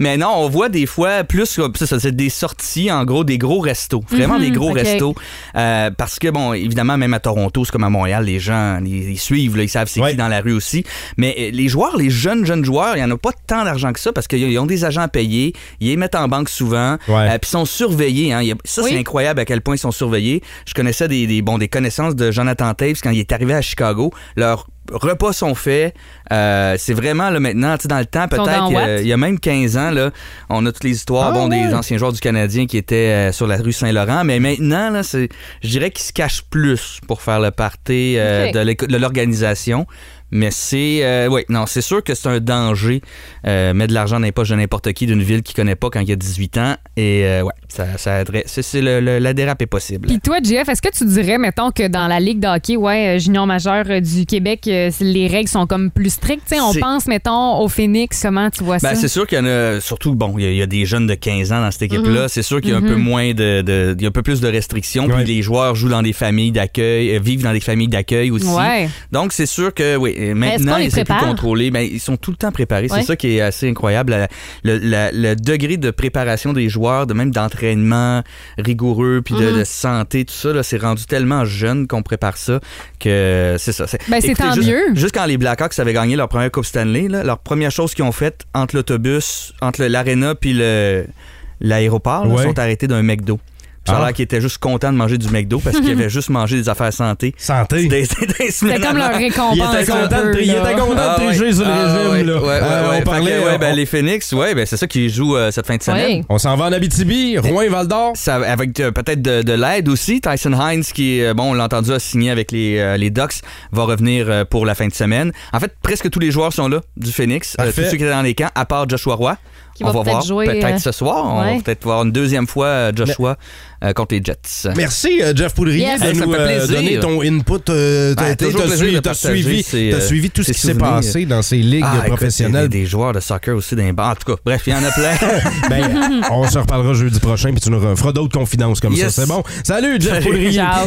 S6: Mais non, on voit des fois plus. comme ça, ça, c'est des sorties, en gros, des gros restos. Vraiment
S5: Hmm,
S6: des gros
S4: ok.
S6: restos. Euh, parce que, bon, évidemment, même à Toronto, c'est comme à Montréal, les gens, ils, ils suivent, là, ils savent c'est
S3: Ouais.
S6: qui dans la rue aussi. Mais euh, les joueurs, les jeunes, jeunes joueurs, il n'y en a pas tant d'argent que ça parce qu'ils ont des agents à payer, ils les mettent en banque souvent,
S3: Ouais.
S6: euh, puis ils sont surveillés. hein. Il y a- Ça,
S5: Oui.
S6: c'est incroyable à quel point ils sont surveillés. Je connaissais des, des- bon, des connaissances de Jonathan Taves quand il est arrivé à Chicago. Leurs repas sont faits. Euh, c'est vraiment là, maintenant, tu sais, dans le temps,
S5: Ils sont
S6: peut-être,
S5: dans
S6: qu'il y a-
S5: Watt?
S6: il y a même 15 ans, là, on a toutes les histoires bon, des anciens joueurs du Canadien qui étaient euh, sur la rue Saint-Laurent. Mais maintenant, là, c'est, je dirais qu'ils se cachent plus pour faire le party euh,
S5: Ok.
S6: de l'éco- de l'organisation. Mais c'est. euh, oui, non, c'est sûr que c'est un danger. euh, mettre de l'argent dans les poches de n'importe qui d'une ville qu'il connaît pas quand il a 18 ans. Et euh, ouais, ça, ça adresse- c'est, c'est le, le- la dérape est possible.
S5: Puis toi, JF, est-ce que tu dirais, mettons, que dans la Ligue de hockey, ouais, euh, junior majeur euh, du Québec, euh, c'est- les règles sont comme plus strictes? tu sais, on
S6: C'est-
S5: pense, mettons, au Phoenix, comment tu vois
S6: Ben,
S5: ça?
S6: c'est sûr qu'il y en a, surtout, bon, il y a- il y, a des jeunes de 15 ans dans cette
S5: Mm-hmm.
S6: équipe-là. C'est sûr qu'il y a un peu moins de, de- il y a un peu plus de restrictions. Puis
S3: Ouais.
S6: les joueurs jouent dans des familles d'accueil, euh, vivent dans des familles d'accueil aussi.
S5: Ouais.
S6: Donc, c'est sûr que, oui, euh,
S4: est-ce
S6: maintenant,
S4: qu'on les
S6: ils sont plus
S4: prépare?
S6: contrôlés. Ben, ils sont tout le temps préparés.
S4: Ouais.
S6: C'est ça qui est assez incroyable. La- Le, la- le degré de préparation des joueurs, de même d'entraînement rigoureux, puis de,
S5: Mm-hmm.
S6: de santé, tout ça, là, c'est rendu tellement jeune qu'on prépare ça que c'est ça.
S5: Ben, c'est
S6: Écoutez,
S5: tant
S6: juste- [laughs]
S5: mieux.
S6: Juste quand les Blackhawks avaient gagné leur première Coupe Stanley, là, leur première chose qu'ils ont faite entre l'autobus, entre l'aréna puis le- l'aéroport, là, ils
S3: Ouais.
S6: sont arrêtés d'un McDo. Puis ça a
S3: Ah.
S6: l'air qu'ils étaient juste contents de manger du McDo
S5: [laughs]
S6: parce qu'ils avaient juste mangé des affaires santé.
S3: Santé.
S6: Des, des semaines
S5: C'était comme
S6: avant.
S5: leur récompense.
S3: Il était
S5: un
S3: content de
S5: peu,
S3: tri- il
S5: là.
S3: était content de
S6: Ah,
S3: tricher
S6: ouais.
S3: sur le
S6: Ah,
S3: régime.
S6: ouais.
S3: là.
S6: Ouais, ouais,
S3: Euh,
S6: ouais.
S3: on
S6: Fait
S3: parlait.
S6: que, ouais, ben,
S3: on-
S6: les Phoenix, ouais, ben, c'est ça qu'ils jouent euh, cette fin de semaine.
S4: Oui.
S3: On s'en va en Abitibi, Rouen, Val d'Or.
S6: Ça, avec euh, peut-être de, de l'aide aussi. Tyson Hines, qui, euh, bon, on l'a entendu, a signé avec les, euh, les Ducks, va revenir euh, pour la fin de semaine. En fait, presque tous les joueurs sont là du Phoenix, Euh,
S3: Parfait.
S6: tous ceux qui étaient dans les camps, à part Joshua Roy.
S4: Qui
S6: on
S4: va
S6: va,
S4: peut-être
S6: voir
S4: jouer, euh,
S6: peut-être ce soir. On
S4: ouais.
S6: va peut-être voir une deuxième fois euh, Joshua euh, contre les Jets.
S3: Merci, euh, Jeff Poudrier,
S4: Yes.
S3: de
S6: Hey, ça
S3: nous
S6: fait
S3: euh,
S6: plaisir.
S3: donner ton input. euh,
S6: Ben,
S3: t'as- t'as-
S6: toujours plaisir
S3: T'as
S6: de
S3: suivi, t'as
S6: partager
S3: suivi,
S6: ces,
S3: t'as
S6: euh,
S3: suivi tout ce
S6: ces
S3: qui s'est
S6: souvenirs.
S3: passé dans ces ligues
S6: Ah, écoute,
S3: professionnelles.
S6: il y a des joueurs de soccer aussi dans les bancs. En tout cas, bref, il y en a [laughs] plein.
S3: Ben, on se reparlera jeudi prochain, puis tu nous referas d'autres confidences comme
S6: Yes.
S3: ça. C'est bon. Salut, Jeff Poudrier.
S5: Ciao.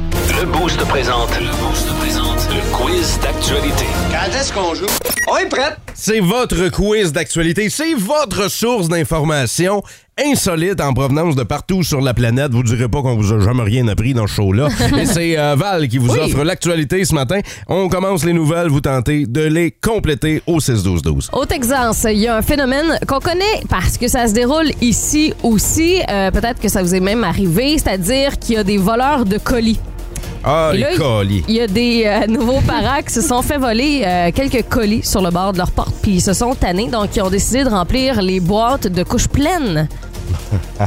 S2: Le Boost présente. Le Boost présente. Le quiz d'actualité.
S3: C'est votre quiz d'actualité, c'est votre source d'information insolite en provenance de partout sur la planète. Vous direz pas qu'on vous a jamais rien appris dans ce
S5: [laughs]
S3: show-là. Et c'est euh, Val qui vous offre l'actualité ce matin. On commence les nouvelles, vous tentez de les compléter au 6-12-12.
S4: Au Texas, il y a un phénomène qu'on connaît parce que ça se déroule ici aussi. Euh, Peut-être que ça vous est même arrivé, c'est-à-dire qu'il y a des voleurs de colis.
S3: Ah,
S4: Et là,
S3: les
S4: il-
S3: colis.
S4: Il y a des euh, [laughs] nouveaux parents qui se sont fait voler euh, quelques colis sur le bord de leur porte, puis ils se sont tannés, donc ils ont décidé de remplir les boîtes de couches pleines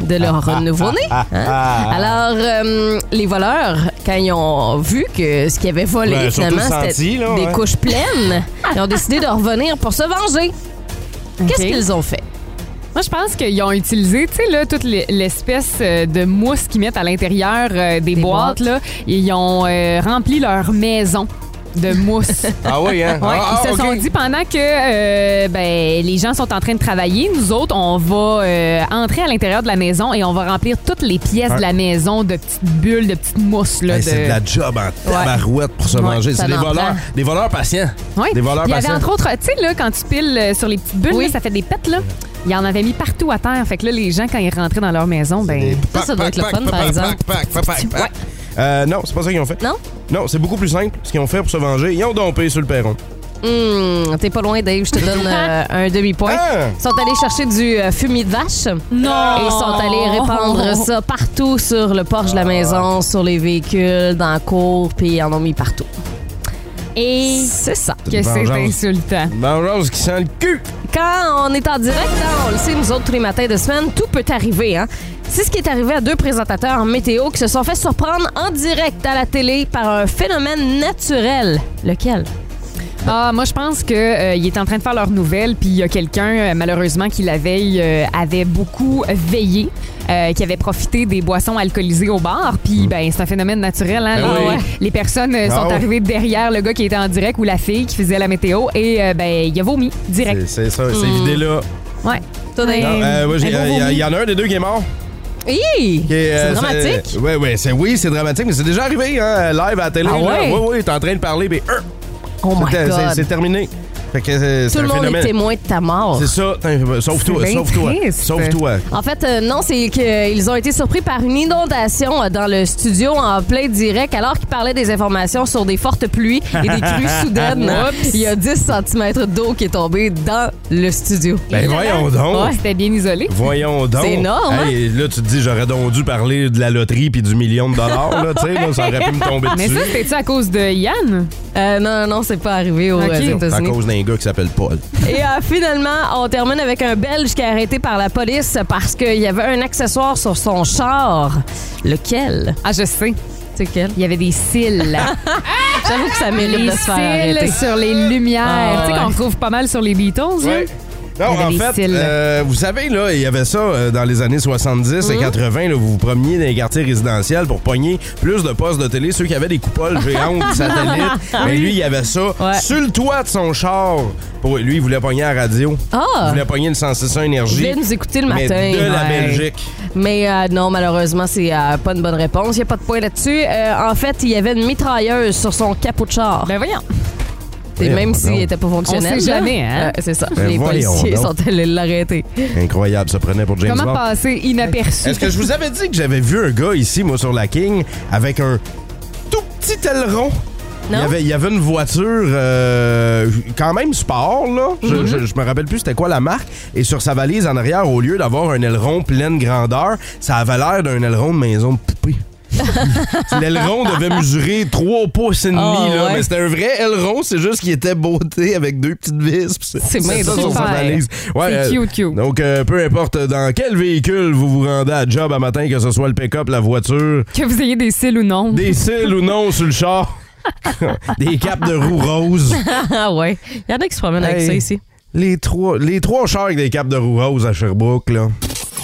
S4: de
S3: [laughs]
S4: leur nouveau-né. hein. Alors, euh, les voleurs, quand ils ont vu que ce qu'ils avaient volé,
S3: Ouais, surtout
S4: finalement, c'était
S3: senti, là,
S4: des
S3: ouais.
S4: couches pleines, ils ont décidé de revenir pour se venger. Qu'est-ce
S5: Ok.
S4: qu'ils ont fait?
S5: Moi, je pense qu'ils ont utilisé, tu sais, là, toute l'e- l'espèce euh, de mousse qu'ils mettent à l'intérieur euh, des, boîtes,
S4: boîtes.
S5: là. Et ils ont euh, rempli leur maison de mousse.
S3: Ah oui, hein?
S5: [laughs] Ouais,
S3: Ah, ah,
S5: ils se
S3: ok.
S5: sont dit pendant que euh, ben, les gens sont en train de travailler, nous autres, on va euh, entrer à l'intérieur de la maison et on va remplir toutes les pièces
S3: Ouais.
S5: de la maison de petites bulles, de petites mousses. Là,
S3: Hey, c'est de la job en tabarouette pour se
S5: Ouais,
S3: manger.
S5: ça
S3: C'est des
S5: en
S3: voleurs,
S5: prend.
S3: des voleurs patients.
S5: Ouais.
S3: Des voleurs
S5: Il y avait
S3: patients.
S5: entre autres, tu sais, là, quand tu piles euh, sur les petites bulles,
S4: Oui.
S5: là, ça fait des pets, là. Il y en avait mis partout à terre. Fait que là, les gens, quand ils rentraient dans leur maison, ben.
S4: Ça, ça doit être le fun, par exemple.
S3: Ouais. Euh, non, c'est pas ça qu'ils ont fait.
S4: Non?
S3: Non, c'est beaucoup plus simple. Ce qu'ils ont fait pour se venger, ils ont dompé sur le perron.
S4: Hum, T'es pas loin, Dave. Je te donne euh, un demi-point.
S3: Ah!
S4: Ils sont allés chercher du euh, fumier de vache.
S5: Non!
S4: Et ils sont allés
S5: Oh.
S4: répandre ça partout sur le porche de la maison, sur les véhicules, dans la cour, puis ils en ont mis partout.
S5: Et.
S4: C'est ça.
S5: Que c'est
S3: Vengeance.
S5: insultant.
S3: Vengeance qui sent le cul.
S4: Quand on est en direct, hein, on le sait, nous autres, tous les matins de semaine, tout peut arriver. Hein? C'est ce qui est arrivé à deux présentateurs en météo qui se sont fait surprendre en direct à la télé par un phénomène naturel. Lequel?
S5: Ah, moi, je pense que euh, il est en train de faire leurs nouvelles, puis il y a quelqu'un, euh, malheureusement, qui la veille euh, avait beaucoup veillé, euh, qui avait profité des boissons alcoolisées au bar, puis ben, c'est un phénomène naturel. Hein,
S3: Mm. Ben
S5: les,
S3: oui.
S5: les personnes euh, sont
S3: Ah oui.
S5: arrivées derrière le gars qui était en direct ou la fille qui faisait la météo, et euh, ben, il a vomi direct.
S3: C'est c'est ça, ces
S4: Hmm.
S3: vidées-là.
S5: Ouais.
S3: Non, euh, moi, j'ai- euh, Il y, a- il y en a un des deux qui est mort.
S4: Hi!
S3: Qui est,
S4: C'est
S3: euh,
S4: dramatique.
S3: c'est- ouais, ouais, c'est oui, c'est dramatique, mais c'est déjà arrivé, hein, live à la télé.
S5: Ah
S3: là.
S5: ouais?
S3: Oui, oui, t'es en train de parler, mais euh,
S4: Oh my
S3: c'est- c'est- c'est
S4: God.
S3: terminé. Fait que euh, c'est c'est
S4: Tout
S3: un
S4: le monde est
S3: phénomène.
S4: témoin de ta mort.
S3: C'est ça, t'in- sauve-toi,
S5: C'est bien
S3: sauve-toi,
S5: triste.
S3: sauve-toi.
S4: En fait, euh, non, c'est qu'ils ont été surpris par une inondation euh, dans le studio en plein direct alors qu'ils parlaient des informations sur des fortes pluies et
S3: [laughs]
S4: des crues soudaines.
S5: Oups.
S4: Il y a 10 cm d'eau qui est tombée dans le studio.
S3: Ben voyons donc.
S5: Ouais, C'était bien isolé.
S3: Voyons donc.
S4: C'est énorme, hein?
S3: Hey, là, tu te dis, j'aurais donc dû parler de la loterie puis du million de dollars. Là, tu sais, là, ça aurait pu me tomber
S5: Mais
S3: dessus.
S5: ça, c'était-tu à cause de Yann?
S4: Euh, non, non, c'est pas arrivé aux
S5: Ok.
S4: euh,
S3: C'est à
S4: États-Unis.
S3: cause d'un gars qui s'appelle Paul.
S4: Et euh, finalement, on termine avec un Belge qui est arrêté par la police parce qu'il y avait un accessoire sur son char. Lequel?
S5: Ah, je sais.
S4: C'est lequel?
S5: Il y avait
S3: [laughs]
S5: des cils.
S4: J'avoue que ça mérite
S5: les
S4: de se faire arrêter.
S5: cils sur les lumières.
S4: Ah,
S5: tu sais
S4: ouais.
S5: qu'on retrouve pas mal sur les Beatles. hein? là.
S3: Ouais. Non,
S5: Il y avait
S3: en
S5: des
S3: fait,
S5: cils.
S3: euh, vous savez, là, il y avait ça euh, dans les années 70
S4: Mm-hmm.
S3: et 80. Là, vous vous promeniez dans les quartiers résidentiels pour pogner plus de postes de télé, ceux qui avaient des
S4: [laughs]
S3: coupoles géantes, des satellites. Mais lui, il y avait ça
S4: Ouais.
S3: sur le toit de son char. Pour, lui, il voulait pogner la radio. Il
S4: Ah!
S3: voulait pogner le 106.1
S4: Je
S3: Énergie.
S4: voulais nous écouter le
S3: mais
S4: matin.
S3: de la
S4: Ouais.
S3: Belgique.
S4: Mais euh, non, malheureusement, c'est euh, pas une bonne réponse. Il n'y a pas de point là-dessus. Euh, en fait, il y avait une mitrailleuse sur son capot de char.
S5: Ben voyons.
S4: Et
S3: voyons
S4: même s'il
S3: donc.
S4: n'était pas fonctionnel.
S5: On sait
S4: là,
S5: jamais, hein?
S4: euh, [laughs] c'est ça.
S3: Ben
S4: les
S3: voyons
S4: policiers
S3: donc.
S4: sont allés l'arrêter. [laughs]
S3: Incroyable, ça prenait pour James
S5: Comment
S3: Bond.
S5: passer inaperçu?
S3: Est-ce que je vous avais dit que j'avais vu un gars ici, moi, sur la King, avec un tout petit aileron? Il y,
S4: Non?
S3: avait, il y avait une voiture euh, quand même sport, là. Je,
S4: Mhm.
S3: je- je me rappelle plus c'était quoi la marque. Et sur sa valise en arrière, au lieu d'avoir un aileron pleine grandeur, ça avait l'air d'un aileron de maison de
S4: [laughs]
S3: poupée. L'aileron devait mesurer 3 pouces et demi,
S4: Oh,
S3: là.
S4: ouais.
S3: Mais c'était un vrai aileron, c'est juste qu'il était beauté avec deux petites vis. puis
S4: C'est bien
S3: ça sur
S4: drôle.
S3: sa valise. Ouais,
S5: C'est
S3: euh,
S5: cute, cute.
S3: donc, euh, peu importe dans quel véhicule vous vous rendez à job à matin, que ce soit le pick-up, la voiture,
S5: Que vous ayez des cils ou non.
S3: des cils ou non sur le char, [laughs] des capes de roues roses.
S4: Ah ouais. Il y en a qui se promènent avec
S3: Hey.
S4: ça ici.
S3: Les trois, les trois chars avec des capes de roues roses à Sherbrooke, là.